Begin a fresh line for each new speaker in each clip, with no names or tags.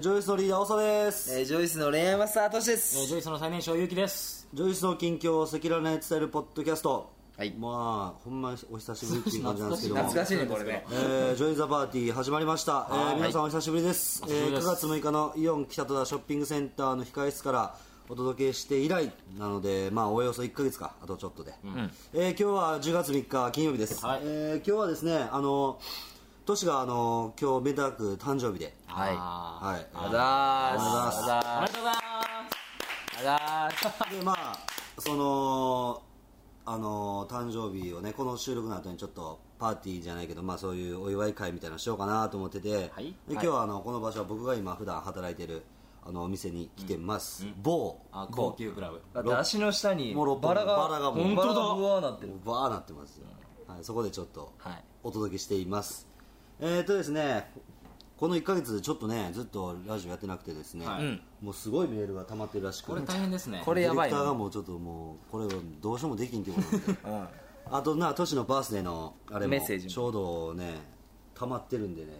ジョイスのリーダー、オソです。
えージョイスの恋愛マスター、トシです。
えージョイスの最年少、ゆうきです。
ジョイスの近況を赤裸々に伝えるポッドキャスト。
はい
まあ、ほんまお久しぶりっていう感じなんですけども。
懐かしいね、これね。
えージョイザパーティー始まりました、えー皆さんお久しぶりです、
しぶ
え
り
ー
で
9
す
月6日のイオン北戸田ショッピングセンターの控え室からお届けして以来なのでまあおおよそ1ヶ月かあとちょっとで、えー今日は10月3日金曜日です、
はい
えー今日はですねあのトシがあの今日めでたく誕生日で
はい。
あ
はい
あざーす。
ーあ
あ
りがとうございます。
ざーす。あざーす。
でまあそのあの誕生日をねこの収録の後にちょっとパーティーじゃないけどまあそういうお祝い会みたいなのしようかなと思ってて、
はい
で今日はあのこの場所は僕が今普段働いてるあのお店に来てます、某
あ、高級クラブ。
だって足の下に
もう六本
バラが、
バラがもう
本当
バ
だ。バ
ラが
ラがなってる
も。うバーなってますよ、はい、そこでちょっと
はい
お届けしています、えっ、ー、とですねこの1ヶ月ちょっとねずっとラジオやってなくてですね、
はい
うん
もうすごいメールが溜まってるらしく
これ大変ですね。
これやばい
ディレクターが
な。
もうちょっともうこれはどうしようもできんっていうことなんで
うん。
あとな、トシのバースデーのあれも
メッセージも
ちょうどね、溜まってるんでね、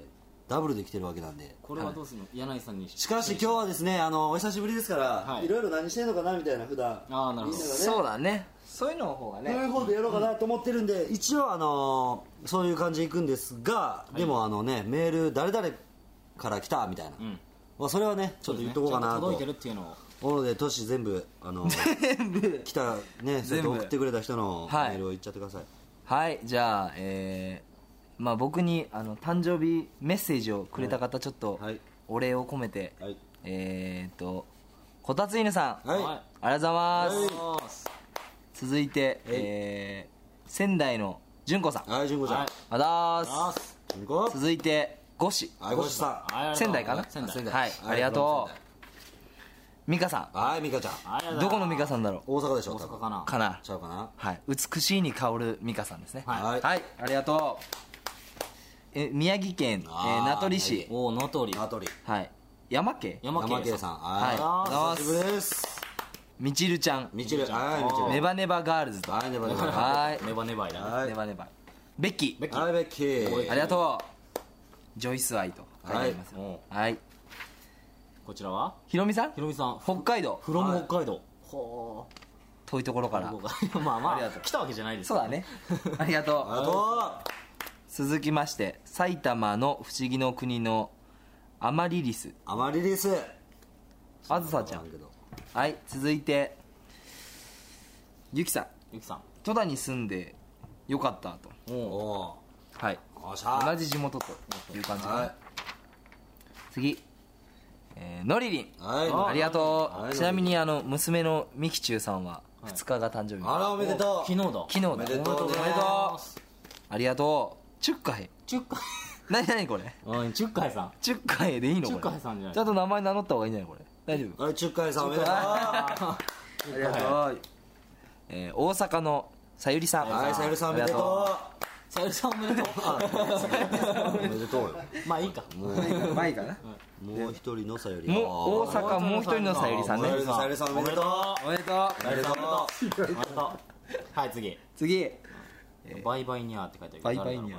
ダブルで来てるわけなんで。
これはどうするの柳井さんに。
しかし今日はですね、あの、お久しぶりですから、
はい
い、ろいろ何してんのかなみたいな、普段。
あーなるほど
みんながね、
そうだね。そういうのの方が
そうい
ね。
う方でやろうかなと思ってるんで、一応あの、そういう感じで行くんですが、でもあのね、メール誰々から来たみたいな。
ん
まあそれはね、ちょっと言っとこうかな
ちゃん
と。
届いてるっていうのを。
なので、トシ全部、あの、来たね、そうやって送ってくれた人のメ
はい
ールを言っちゃってください。
はい、じゃあ、えー、まあ僕に、あの、誕生日メッセージをくれた方、ちょっと
はい、
お礼を込めて、
はい
えーっと、こたつ犬さん、
はい
ありがとうございます。
はい
続いて、えー、仙台の純子さん。
はい、純子ちゃん
はい。
あざ
あー
ーす。
す
純子
続いて、ゴシ。
はい、ごちそうさ
はいありがとう
仙台かな
仙台。
仙台
はい、ありがと
ありがとう
う。美香さ
ん。はい、ミカちゃん。
ありがとうござい
ん。
ます
どこの美香さんだろ
大阪でし
大
ょ、多
阪
分
かな
うかな
ち。ゃうかな。
はい、美しいに香る美香さんですね。
はい
はい、ありがとう。え、宮城県、え
あ
ー
ー
名取市。
おー、名取。
名取。
はい。山家
山
山
家
家
さ
さ
ん。
ん。
はい
は
あ
い。
り
久し
がとうご
ぶりです。
みちるちゃん。
みちる。はい、みち
ネバネバガールズと。
る。はい、ねばねば。
は。
ネバネバいな。
はい
ネバネバ。ベッキー。
い。はい、ベッキー。
ありがとう。ジョイス愛と書いてありますよ。
おー
はい。
こちらは
ひろみさん
ひろみさん。
北海道。
フロム北海道。ほ
遠いところか
ー。
ら。
まあま
あり
あ
がと、う
来たわけじゃないです
そう だね。ありがと
ありが
う。
と
続きまして、埼玉の不思議の国のアマリリス。
う。アマリリス。
あずさちゃん。
けど。
はい、続いて、ゆきさん。
ゆきさん。
戸田に住んでよかったと。
おー。
お
はい。
ー。おっしゃ。
同じ地元という感じかな
は
次。えー、のりりん。
い。はい。
ありがと
は
う。
い
ちなみに、あの、娘のみきちゅうさんは、2日が誕生日。
あら、おめでとう。
昨日だ。
昨日だ。
おめでとう
おめでとう。ありがとう。チュッカヘ。
チュッカイ。
なになにこれ
うん、チュッカイさん。
チュッカヘでいいのこれ。
チュッカヘさんじゃない
ちゃんと名前名乗った方がいいんじゃないこれ。大丈夫
はい、中華屋さんおめでとう。は
ありがとう。えー、大阪のさゆりさん。
い、さゆりさんおめで
あ
と
さゆり さんおめでとう。
う。おめでとうよ。
まあいいか。
もう
りがとう。まあいいかな。
もう一人のさゆり。
もう、大
あ
阪もう一人のさゆりさんね
さ。ゆりさゆりさんおめでとう
おめでとう。
ー。おめでとう。
おめでとうはい次
次。
バイバイニャーって書いてあるけど
バイバイニャー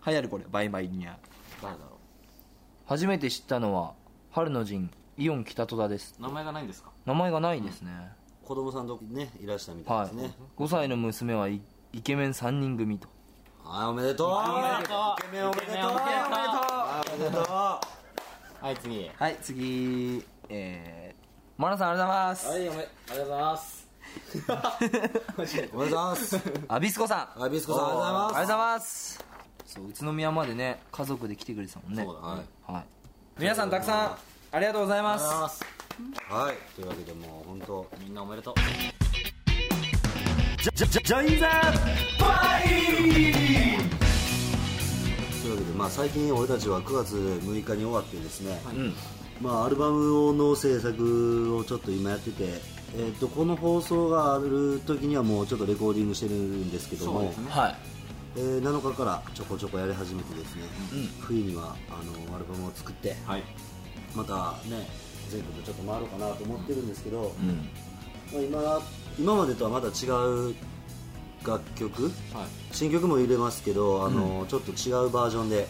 誰だろう
流行るこれ、バイバイニャ。
これは誰だろ
初めて知ったのは、春の陣、イオン北戸田です。
う名前がないんですか
名前がないですね。
子供さんとね、いらしたみたい
は
ですね。
い。5歳の娘はいイケメン3人組と。
はい、おめでとう。イケメンおめでとう。はいおめでとう。は
はい次
はい、次、えー、マナさんありがとうございます。
いおめありがとうございます
いおめでとうございます。
アビスコさん。
はい、ビスコさん、お
ありがとう
はよ
ございます。そう、宇都宮までね、家族で来てくれてたもんね。
そうだね
はい。皆さんたくさん、ありがとうござい
あ
ま
りがとうござい
す。
ます
うございます。はい、というわけで、もう本当。
みんなおめでとう
というわけで、まあ、最近俺たちは9月6日に終わってですね、まあ、アルバムの制作をちょっと今やってて、えっとこの放送がある時にはもうちょっとレコーディングしてるんですけども、
はい。
えー7日からちょこちょこやり始めてですね、冬にはあのアルバムを作って、
はい
またね全国ちょっと回ろうかなと思ってるんですけど、まあ、今今までとはまた違う楽曲
はい
新曲も入れますけどあの、ちょっと違うバージョンで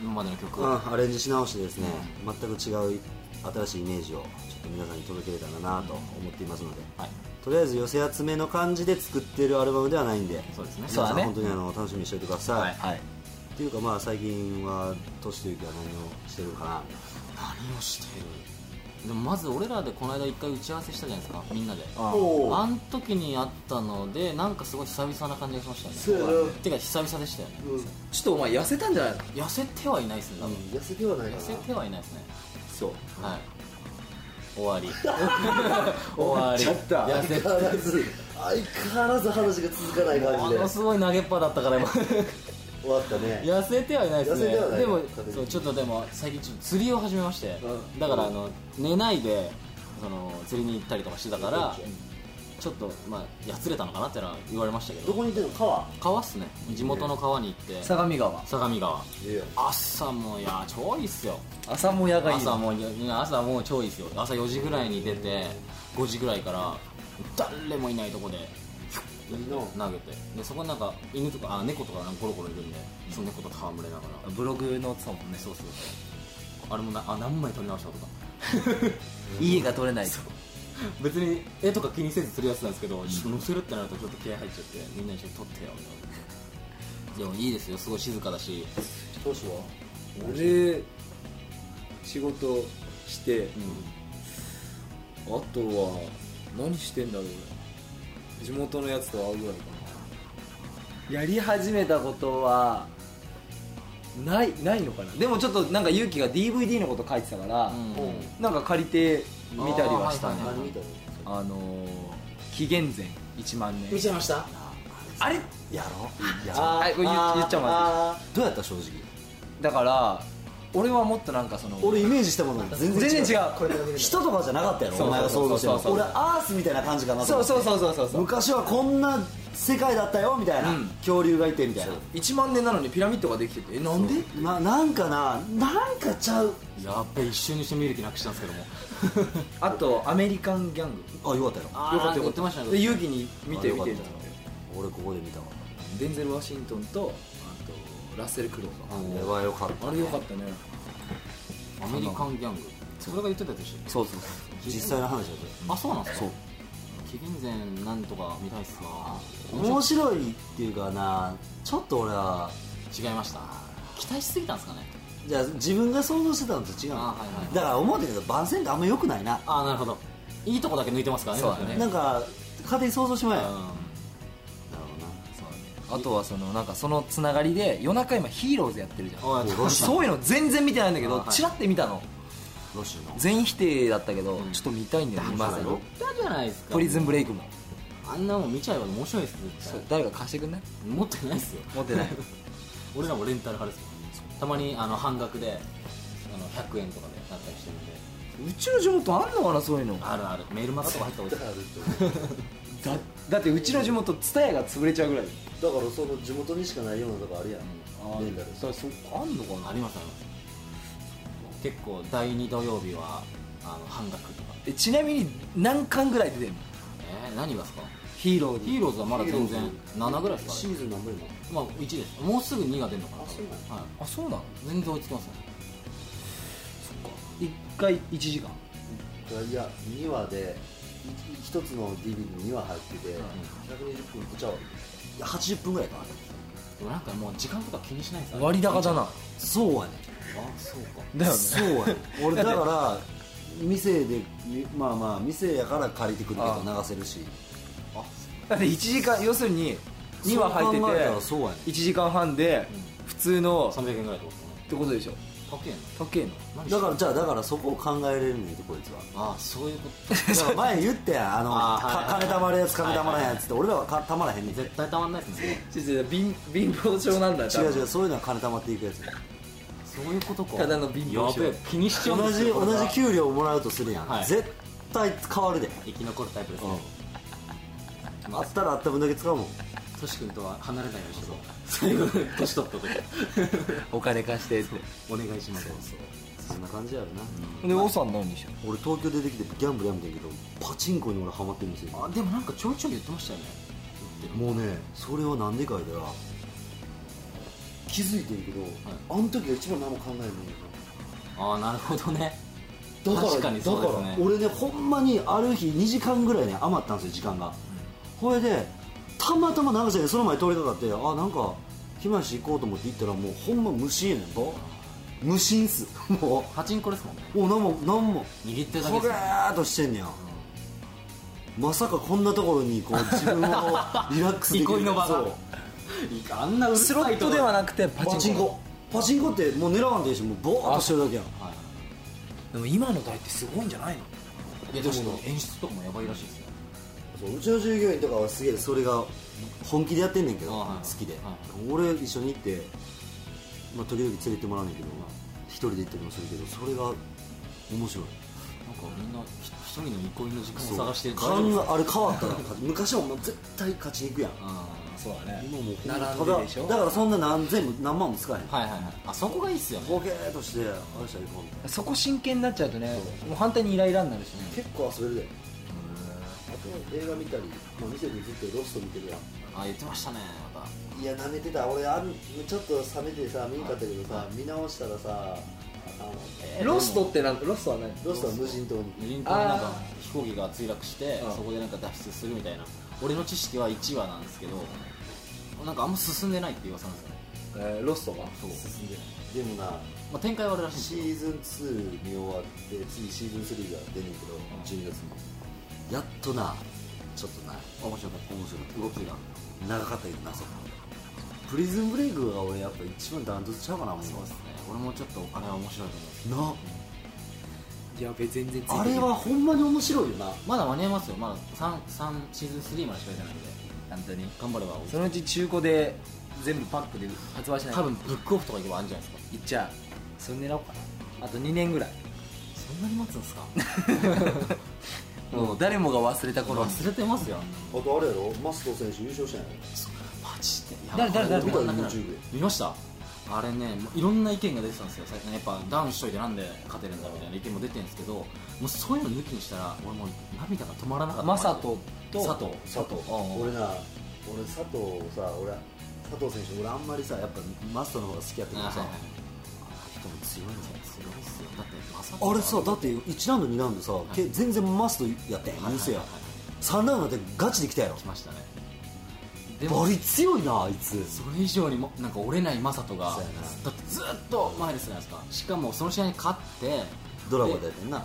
今までの曲を
まあアレンジし直してですね、全く違う新しいイメージをちょっと皆さんに届けれたらなと思っていますので、
はい
とりあえず寄せ集めの感じで作ってるアルバムではないんで
そうですね
皆
そう
さ
だ
ん
ね
本当にあの楽しみにしておいてください、
はい
はい
っていうかまあ最近はトシとユキは何をしてるのかな
何をしてるでもまず俺らでこの間一回打ち合わせしたじゃないですかみんなで
あ
お
あん時にあったのでなんかすごい久々な感じがしましたね
そうやな
てか久々でしたよね
ちょっとお前痩せたんじゃないの
痩せてはいないですね多分
痩せてはないか
痩
な
せてはいないですね
そう
はい終わ り終わり
終わっちゃった
痩せ
相変わらず相変わらず話が続かない感
も
じで
のすごい投げっぱだったから 今
終わったね
痩せてはいないです
痩せ
ね
てはない
でも
食べて
そうちょっとでも最近ちょっと釣りを始めまして
う
だからあの寝ないでその釣りに行ったりとかしてたからちょっとまあやつれたのかなってのは言われましたけ
ど
ど
こにいてんの川
川っすね地元の川に行って
相模川
相模川
いや
朝もいや超いいっすよ
朝もやがいい
朝もういや朝もう超いいっすよ朝4時ぐらいに出て5時ぐらいから誰もいないとこで
いいな
投げてでそこになんか犬とかあ猫とかなんかゴロゴロいるんでその猫と戯れながら
ブログのってたもんね
そうそうそうあれもなあ何枚撮り直したとか
家が取れないと
別に絵とか気にせず釣るやつなんですけど、ちょっと載せるってなるとちょっと気合入っちゃってみんな一緒に撮ってよみたいなでもいいですよすごい静かだし
トシは
俺仕事してあとは何してんだろう俺地元のやつと会うぐらいか
やり始めたことはないないのかなでもちょっとなんか勇気が DVD のこと書いてたから、
うん、うん
なんか借りて見たりはしたね
あーはいはいはい
何見たの
あ,、のー、紀元前1万年
ゃいました
あれ
やろ
あーこれ言っ言っちゃうま
ずいどうやった正直
だから俺はもっとなんかその
俺イメージしたものが全然
全然違う
人とかじゃなかったやろ
そうそうそう
お前が想像してるの
そうそう
俺
そう
アースみたいな感じかなと
そ
思
う
って
そうそうそうそうそう
昔はこんな世界だったよみたいな、
うん
恐竜がいてみたいな
1万年なのにピラミッドができててえなんで
ななんかななんかちゃう
やっべ一瞬にして見る気なくしたんですけども
あとアメリカンギャング
あよかったよ
あ
よかったよ
言
かっ
っ
てた
ま した
で
ね
勇気に見て
あ
見
よかっ
て
た
って
俺ここで見たわ
デンゼル・ワシントンとあとラッセル・クロウ
あれはよかっ
があれよかったね
アメリカンギャングそれが言ってたやつでしたっ
そうそう
た実際の話だ
けあそうなんですか紀元前なんとか見たいっすわ
と面白いっていうかなちょっと俺は
違いました期待しすぎたんですかね
じゃあ自分が想像してたのと違うの、
あはいはい
だから思うんだけど番宣ってあんまよくないな
ああなるほどいいとこだけ抜いてますからね
そうだね
なんか勝手に想像しまえ
う
よ
ん
なる
あとはそのなんかそのつながりで夜中今ヒーローズやってるじゃん
おい
ほど
そ
そういうの全然見てないんだけ
あ
ど
はい
チラって見たの
ほどロシーの
全否定だったけど
うん
ちょっと見たいんだよね今
だ
更
ろ
うだじゃないですか
プリズンブレイクも
あんなもん見ちゃえば面白いです絶
そう
対
誰か貸してくんない
持ってないっすよ
持ってない
俺らもレンタル派ですよたまにあの半額であの100円とかでなったりしてるんで
うちの地元あんのかなそういうの
あるあるメールマガとか入った方が いいです
だだってうちの地元蔦屋が潰れちゃうぐらい
だからその地元にしかないようなとこあるやん、
あ
レンタル
だからそあんのか
あ
な
りますあります結構第2土曜日はあの半額とか
えちなみに何巻ぐらい出てんの
えー、何がですか
ヒーロー
ヒ
に
ーローズはまだ全然
ヒ
7ぐらいです
シ
かね
ーズン何本今
まあ1ですもうすぐ2が出るのかな
あそうなん
多分はい
あそうなの
全然追いつきますね
一回1時間
いや2話で1つの DVD に2話入ってて、120分じゃあ80分ぐらいかな
でもなんかもう時間とか気にしないです
割高だな
そうやね
あそうか
だよね
そうやね俺 だから店でみまあまあ店やから借りてくるけど流せるし
だって1時間要するに2話入
そう考えた
っ
ら
てて
そうやね
1時間半で普通のっ
300円ぐらいってことですね
てことでしょ
高えな
高えの
何
だ
して
からじゃあだからそこを考えれるねんてこいつ は
あそういうこと
だから前言ってやんあの
あーはい
か金たまるやつ金たまらんやつって俺らはかたまらへんねん
絶対たまんないですね
違う違う貧貧乏症なんだよ多
違う
分
違うそういうのは金たまっていくや つ
そういうことか
ただの貧乏症
やべえ気にしちゃうん
同
です
じ
よ
同じ給料もらうとするやん、
はい
絶対変わるで、
生き残るタイプですね
うん、あったらあった分だけ使うもん
トシ君とは離れないようにしとこう最後年取った時
お金貸してって
お願いします
そんな感じやろな、
で王さん何にしたの
俺東京出てきてギャンブルやめてんけどパチンコに俺ハマってるんですよ
あでもなんかちょいちょい言ってましたよね
もうねそれはなんでか言うたら気づいてるけど、あの時が一番何も考えないんだよな
ああなるほどね
だから
確かにそうですね
だから俺ねほんまにある日2時間ぐらいね余ったんですよ時間が、ほいでたまたま長瀬にその前通りかかってあなんか暇やし行こうと思って行ったらもうほんま無心やねんぼ無心っす も
パチンコですもんね
うもう何も何も
握ってるだけ
こ
です
れ
もん
ーっとしてんねや、まさかこんなところにこう自分をリラックスできる
憩いの場が
そう
いやあんなうる
スロ
さい
ッ
と
ト
こ
ではなくてパ
パチ
チ
ン
ンコ
コパチンコってもう狙わんでいいしもうボーっとしてるだけやん
は
でも今の代ってすごいんじゃないの
いいやでも演出とかもやばいらしいですよ
そううちの従業員とかはすげえそれが本気でやってんねんけど、
あはい
好きで、
は
俺一緒に行って、まあ、時々連れてってもらうねんけど、一人で行ったりもするけどそれが面白い
なんかみんなひ一人の憩いの時間を探して
そう勘があれ変わったな昔はもう絶対勝ちに行くやん
あ
そうだね
今もうほんま
並んででしょ
ただだからそんな何千も何万も使えへん
あはいはいはいあそこがいいっすよね
ボケーっとしてあれしたらいかんみたいな
そこ真剣になっちゃうとねもう反対にイライラになるしね
結構遊べるであと映画見たり、まあ、店でずっとロスト見てるやん
あ言ってましたねま
いや、舐めてた、俺、あんちょっと冷めてさ、見んかったけどさ、見直したらさ、あの
た
ロストってなんロストは何
ロストは無人島に、
無人島になんか
あ
飛行機が墜落して
うん
そこでなんか脱出するみたいな俺の知識は1話なんですけどなんかあんま進んでないって噂なんですよね
えーロストが
そう、
でもな、
まあ、展開はあるらしいんです
シ
けど
ーズン2見終わって、次シーズン3が出ねんけど、12月に、やっとな、ちょっとな、
面白かった面白かった動きが
長かったけどな、そこプリズンブレイクが俺、やっぱ一番ダントツちゃうかな、もう、
そうですね俺もちょっとあれは面白いと思います
な、
やべ全然ついて
あれはほんまに面白いよな、
まだ間に合いますよまだ 3, 3シーズン3までしか出てないんで
本当に
頑張れば
そのうち中古で全部パックで発売しない
多分ブックオフとか行けばあるんじゃないですか
いっちゃうそれ狙おうかなあと2年ぐらい
そんなに待つんですか
もう誰もが忘れた頃に
忘れてますよ
あとあれやろ、マスト選手優勝したんや
マジでやば
誰誰誰
止まんなくなる
YouTube で
見ましたあれねもういろんな意見が出てたんですよ最近やっぱダウンしといてなんで勝てるんだみたいな意見も出てるんですけどもうそういうの抜きにしたら俺もう涙が止まらなかった
マサトと
佐藤
佐藤
うんうん
俺な俺佐藤をさ俺佐藤選手俺あんまりさやっぱマストの方が好きやったけど
あ
さ
はいはい
人も強いの
すごいっすよだってマサ
あれさだって1ラウンド2ラウンドさ、け全然マストやってん
はいはいはい
優勢や3ラウンドだってガチできたよ
来ましたねでも
バリ強いなあいつ
それ以上にもなんか折れないマサトが
そうやな
だってずっと前ですじゃないですかしかもその試合に勝って
ドラゴンだってんな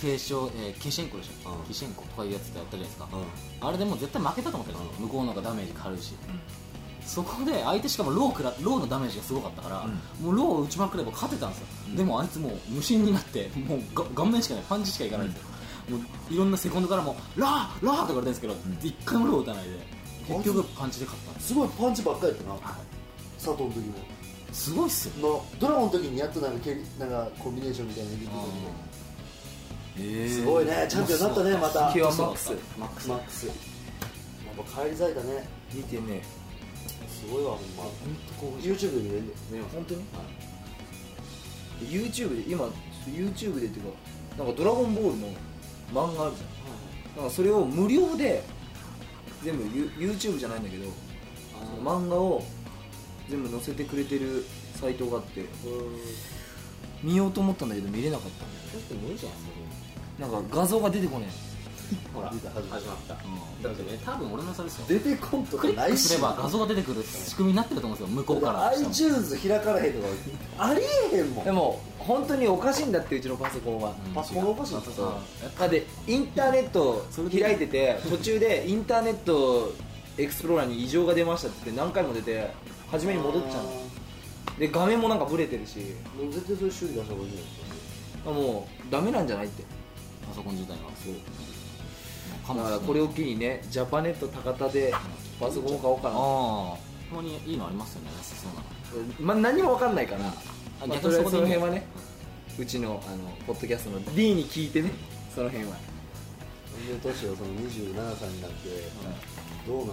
継承、えー、ケシェンコでしたっ
うん
けケシェンコとかいうやつってやったじゃないですか、
う
あれでもう絶対負けたと思ったんですよ、向こうの方がダメージ軽いし、そこで相手しかもローくらローのダメージがすごかったから、もうローを打ちまくれば勝てたんですよ、でもあいつもう無心になってもうが顔面しかないパンチしかいかないんですよ、もういろんなセコンドからもラーラーとか言われてるんですけど、一回もロー打たないで結局パンチで勝ったんです
すごいパンチばっかりやったな
は
佐藤の時も
いすごいっすよ
のドラゴンの時にやっとなんか蹴りなんかコンビネーションみたいなのできてたけどすごいねチャンピオンになったねまた
キュアマックス
マックス
マックスやっぱ返り咲いたね
見てね
すごいわほんま YouTube で見れるんだよ
本当に YouTube で今 YouTube でっていうかなんか「ドラゴンボール」の漫画あるじゃんなんかそれを無料で全部 You- YouTube じゃないんだけどその漫画を全部載せてくれてるサイトがあって見ようと思ったんだけど見れなかったんだよね
ちょっと無理じゃん
なんか画像が出てこね
ほら
出た始まった
だってね多分俺の差ですよ
出てこんとか
クリッ
ない
ク
し
すれば画像が出てくる仕組みになってると思うんですよ向こうからしても
iTunes 開かれへんとかありえへんも
え
ん
でも本当におかしいんだってうちのパソコンは、
うん
パソコンがおかしいなった
そう
だってインターネット開いてて途中でインターネットエクスプローラーに異常が出ましたって言って何回も出て初めに戻っちゃうので画面もなんかブレてるし
もう絶対それ修理出した方がいいんじ
あもうダメなんじゃないって
パソコン自体はそうか
だ
もし
か
れな
ら
い
これを機にねジャパネット高田でパソコンを買おうかな
ああたまにいいのありますよね安そうなの
まあ何も分かんないから、
あ
まあ、
逆
と
に
り
そ
あえず
こ
そ
でいい
の
んだ
辺
よ
はねうちのあのポッドキャストの D に聞いてねその辺は
ゃんで年をその27歳になってどうなのそ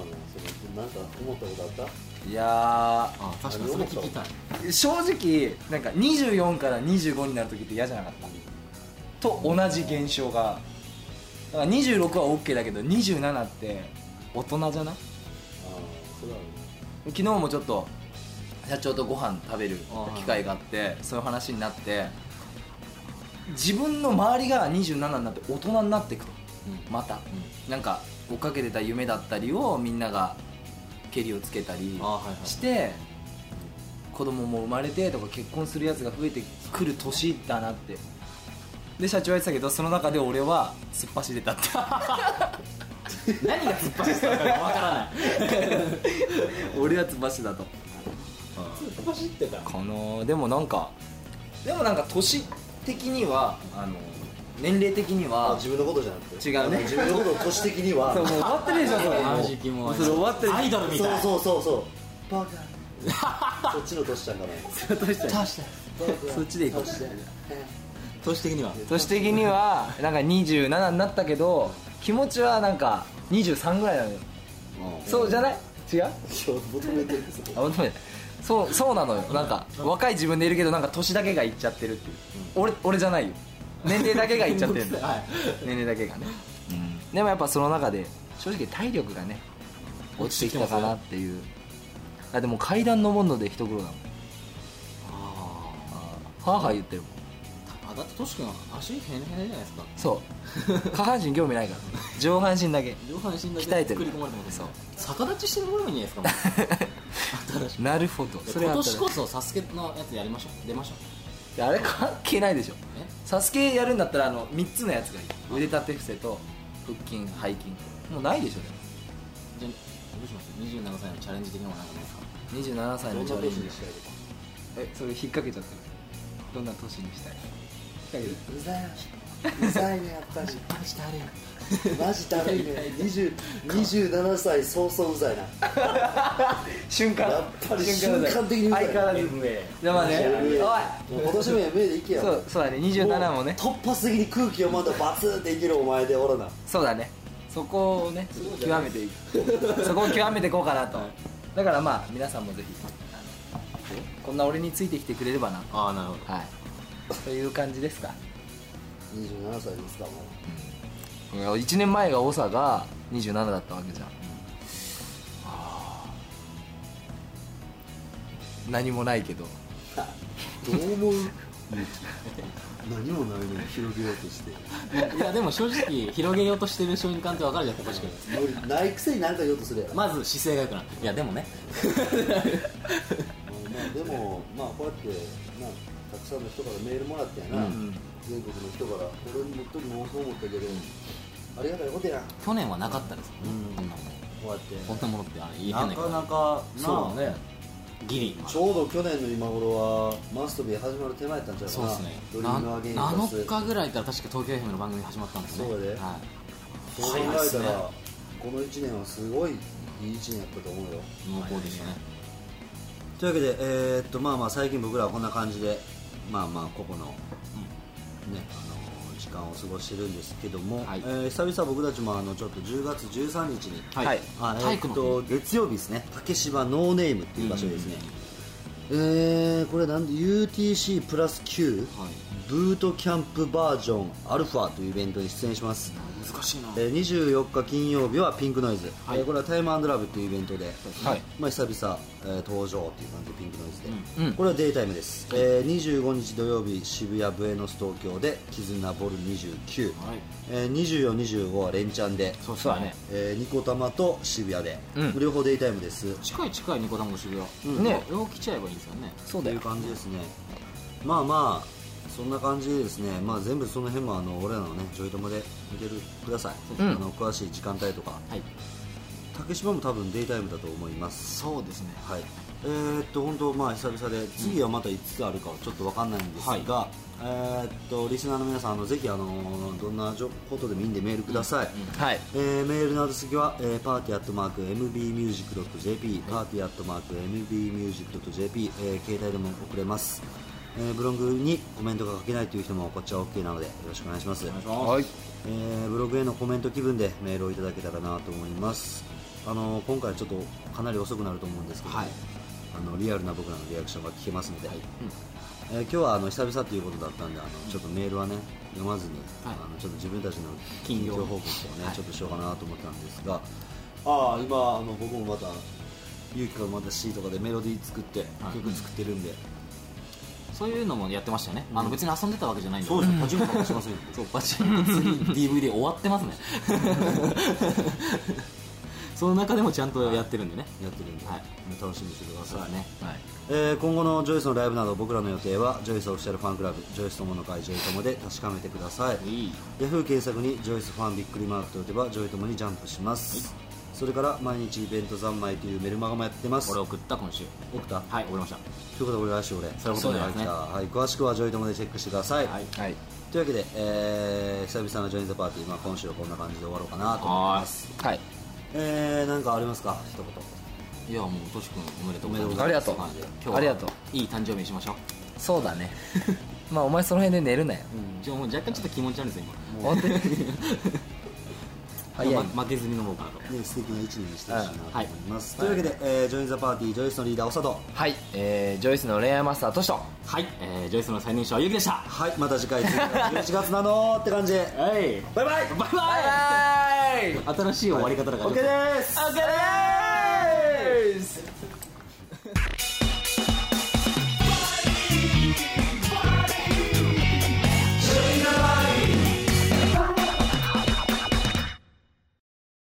のなんか思ったことあっ
いや
ああ確かにそれ聞きたい
ー正直なんか24から25になる時って嫌じゃなかったと同じ現象がだから26は OK だけど27って大人じゃない
たああそれは
昨日もちょっと社長とご飯食べる機会があってそういう話になって自分の周りが27になって大人になっていくと、
う
また、なんか追っかけてた夢だったりをみんながけりをつけたり
あはいはい
して子供も生まれてとか結婚するやつが増えてくる年だなってで社長は言ってたけどその中で俺は突っ走れたって
何が突っ走ったのかわからない
俺は突っ走だと
突っ走ってた
かなでもなんかでもなんか年的にはあの年齢的に
あ
は
自分のことじゃなくて
違うね
自分のこと年的には
そうもう終わってるでし ょそれ
マ
も
ジキモい
それ終わってる
アイド ルみたい
そうそうそうそうバカ そっちの年ちゃんから
そっちで行こう
投資的には
年的にはなんか27になったけど気持ちはなんか23ぐらいなのよそうじゃない違うあ
今日求めてるんですよ
本当にそうそうなのよなんか若い自分でいるけどなんか年だけがいっちゃってるっていう、俺俺じゃないよ年齢だけがいっちゃってる
はい
年齢だけがね、でもやっぱその中で正直体力がね落ちてきたかなっていうあでも階段登るので一苦労だもん
あ
はあはあ言ってるも
ー
ん
あだってトシ君は足へねへねじゃないですか
そう下半身興味ないから 上半身だけ
上半身だけ
鍛えてる
作り込まれてますそう逆立ちして登ればいいんじゃないですかもう新しい
なるほどそれは
今
あった
年
ら
こそサスケのやつやりましょう出ましょう
いやあれ関係ないでしょ
え
サスケやるんだったらあの3つのやつがいい腕立て伏せと腹筋背筋もうないでしょ
じゃあどうします27歳のチャレンジ的なものなんかないですか
でも27
ど
歳
ん
の
な
チャレ
年
ンジ
にしたいとか
えそれ引っ掛けちゃってるどんな年にしたい引っ掛けて
う
る
ざいうざいねやっぱりマジだ るいね20 27歳そうそううざいな
瞬間
やっぱり瞬間的にうざい
相変わらずでもね
もう今年も MA でいけ
おい
よ
そうそうだね27もね
突発的に空気をまだバツーっていけるお前でおらな
そうだねそこをね極めていくそこを極めていこうか なとだからまあ皆さんもぜひこんな俺についてきてくれればな
ああなるほど
はいという感じですか
27歳ですかもう
1年前が長が27だったわけじゃん、あー何もないけど
どう思う何もないのに広げようとして
いやでも正直広げようとしてる瞬間って分かるじゃんトシ君
無理ないくせに何か言おうとするやろ、ま
まず姿勢が良くなるいやでもね
あ、でもまあこうやってなたくさんの人からメールもらったやな、全国の人から俺もっともそう思ったけど、ありがたいことやん
去年はなかったですもんね
うん
こんなもの
こうやって
こんなものってあれ言えないか
なからなかな
そうだねギリ
ちょうど去年の今頃はマストビー始まる手前やったんちゃうか
そう
な
ですね
ドリ
な
ームアゲインプラス
7日ぐらいから確か東京 FM の番組始まったんですね
そうだね
は
そう考
早いっ
えた
すね
ら、この1年はすごいいい1年やったと思うよ
い濃厚でしたね
というわけで、えーっとまあまあ最近僕らはこんな感じでまあまあ個々の、ねあのー時間を過ごしてるんですけども、
はい
えー久々僕たちもあのちょっと10月13日に、
はい
はい
あえ
体
ー
育
っ
の
と月曜日ですね竹芝ノーネームっていう場所ですね、えーこれなんで UTC プラス9
はい
ブートキャンプバージョンアルファというイベントに出演します、
難しいな
えー24日金曜日はピンクノイズ、えーこれはタイムラブというイベントで、
はい
まあ、久々、えー登場という感じでピンクノイズで、
うんうん
これはデイタイムです、えー25日土曜日渋谷ブエノス東京で「絆ボル29」
はい
えー2425はレンチャンで、
そうそうだね
えーニコ玉と渋谷で、
うん
両方デイタイムです
近い近いニコ団子渋谷
ね
よう来ちゃえばいいんですよね
そう
って
だ
い
よ
う感じですねまあまあそんな感じでですね、まあ、全部その辺もあの俺らのねちょいともで見てるください、
うん
あの詳しい時間帯とか
はい
竹芝も多分デイタイムだと思います
そうですね
はいえー、っと本当まあ久々で次はまたいつあるかはちょっと分かんないんですが、
は
えー、っとリスナーの皆さんあのぜひあのどんなじょことでもいいんでメールください、
はい
えーメールの宛先は、えー、パーティーアットマーク MBMUSIC.jp パーティーアットマーク MBMUSIC.jp、えー携帯でも送れます、えーブログにコメントが書けないという人もこっちは OK なのでよろしくお願いします
はい
えーブログへのコメント気分でメールをいただけたらなと思いますあの今回はちょっとかなり遅くなると思うんですけど、
はい
あのリアルな僕らのリアクションが聞けますので、えー今日はあの久々ということだったんであのちょっとメールはね読まずに、
はい
あのちょっと自分たちの
近
近
況
況報告をね、ちょっとしようかなと思ってたんですがああ今あの僕もまた勇気がまた C とかでメロディー作って、
はい
曲作ってるんで、
そういうのもやってましたよね、
うん
あの別に遊んでたわけじゃないんで
そうです ね、パチンコなんかしませんよ
そうパチンコ DVD 終わってますねその中でもちゃんとやってるんでね
やってるんで、
はい
楽しみにしてくだ
そうで
さい
すね、はい
えー今後のジョイスのライブなど僕らの予定はジョイスオフィシャルファンクラブジョイス友の会ジョイ友で確かめてください
いい
Yahoo 検索にジョイスファンびっくりマークと打てばジョイ友にジャンプします、それから毎日イベント三昧というメルマガもやってます
俺
送
送った今週
った
はい送りました
ということで俺来週俺
そういうことですね
来たはい、詳しくはジョイ友でチェックしてください、
はい
はい
というわけで、えー久々のジョインザパーティー、まあ、今週はこんな感じで終わろうかなと思い
は
ます
はい
えー、なんかありますか一言
いいやもうとし君おめでとうございます
おめでとうございま
はい
すありがとう
今日は
ありがとう
いい誕生日にしましょう、
そうだね まあお前その辺で寝るなよ
じゃあもう若干ちょっと気持ち悪いですよ
本当に
今、
早い
ま負けずに飲もうかなと
ね、素敵な一年にしてほしいなと
は
思
い
います、というわけで、えージョインザパーティージョイスのリーダーおさと
はい、えー、ジョイスの恋愛マスターとしと
はい、えー、ジョイスの最年少ゆうきでした
はいまた次回次は11月なのって感じで
はい
バイバイ
バイバイ
はい
新しい終わり方だから
OK です
オッケーです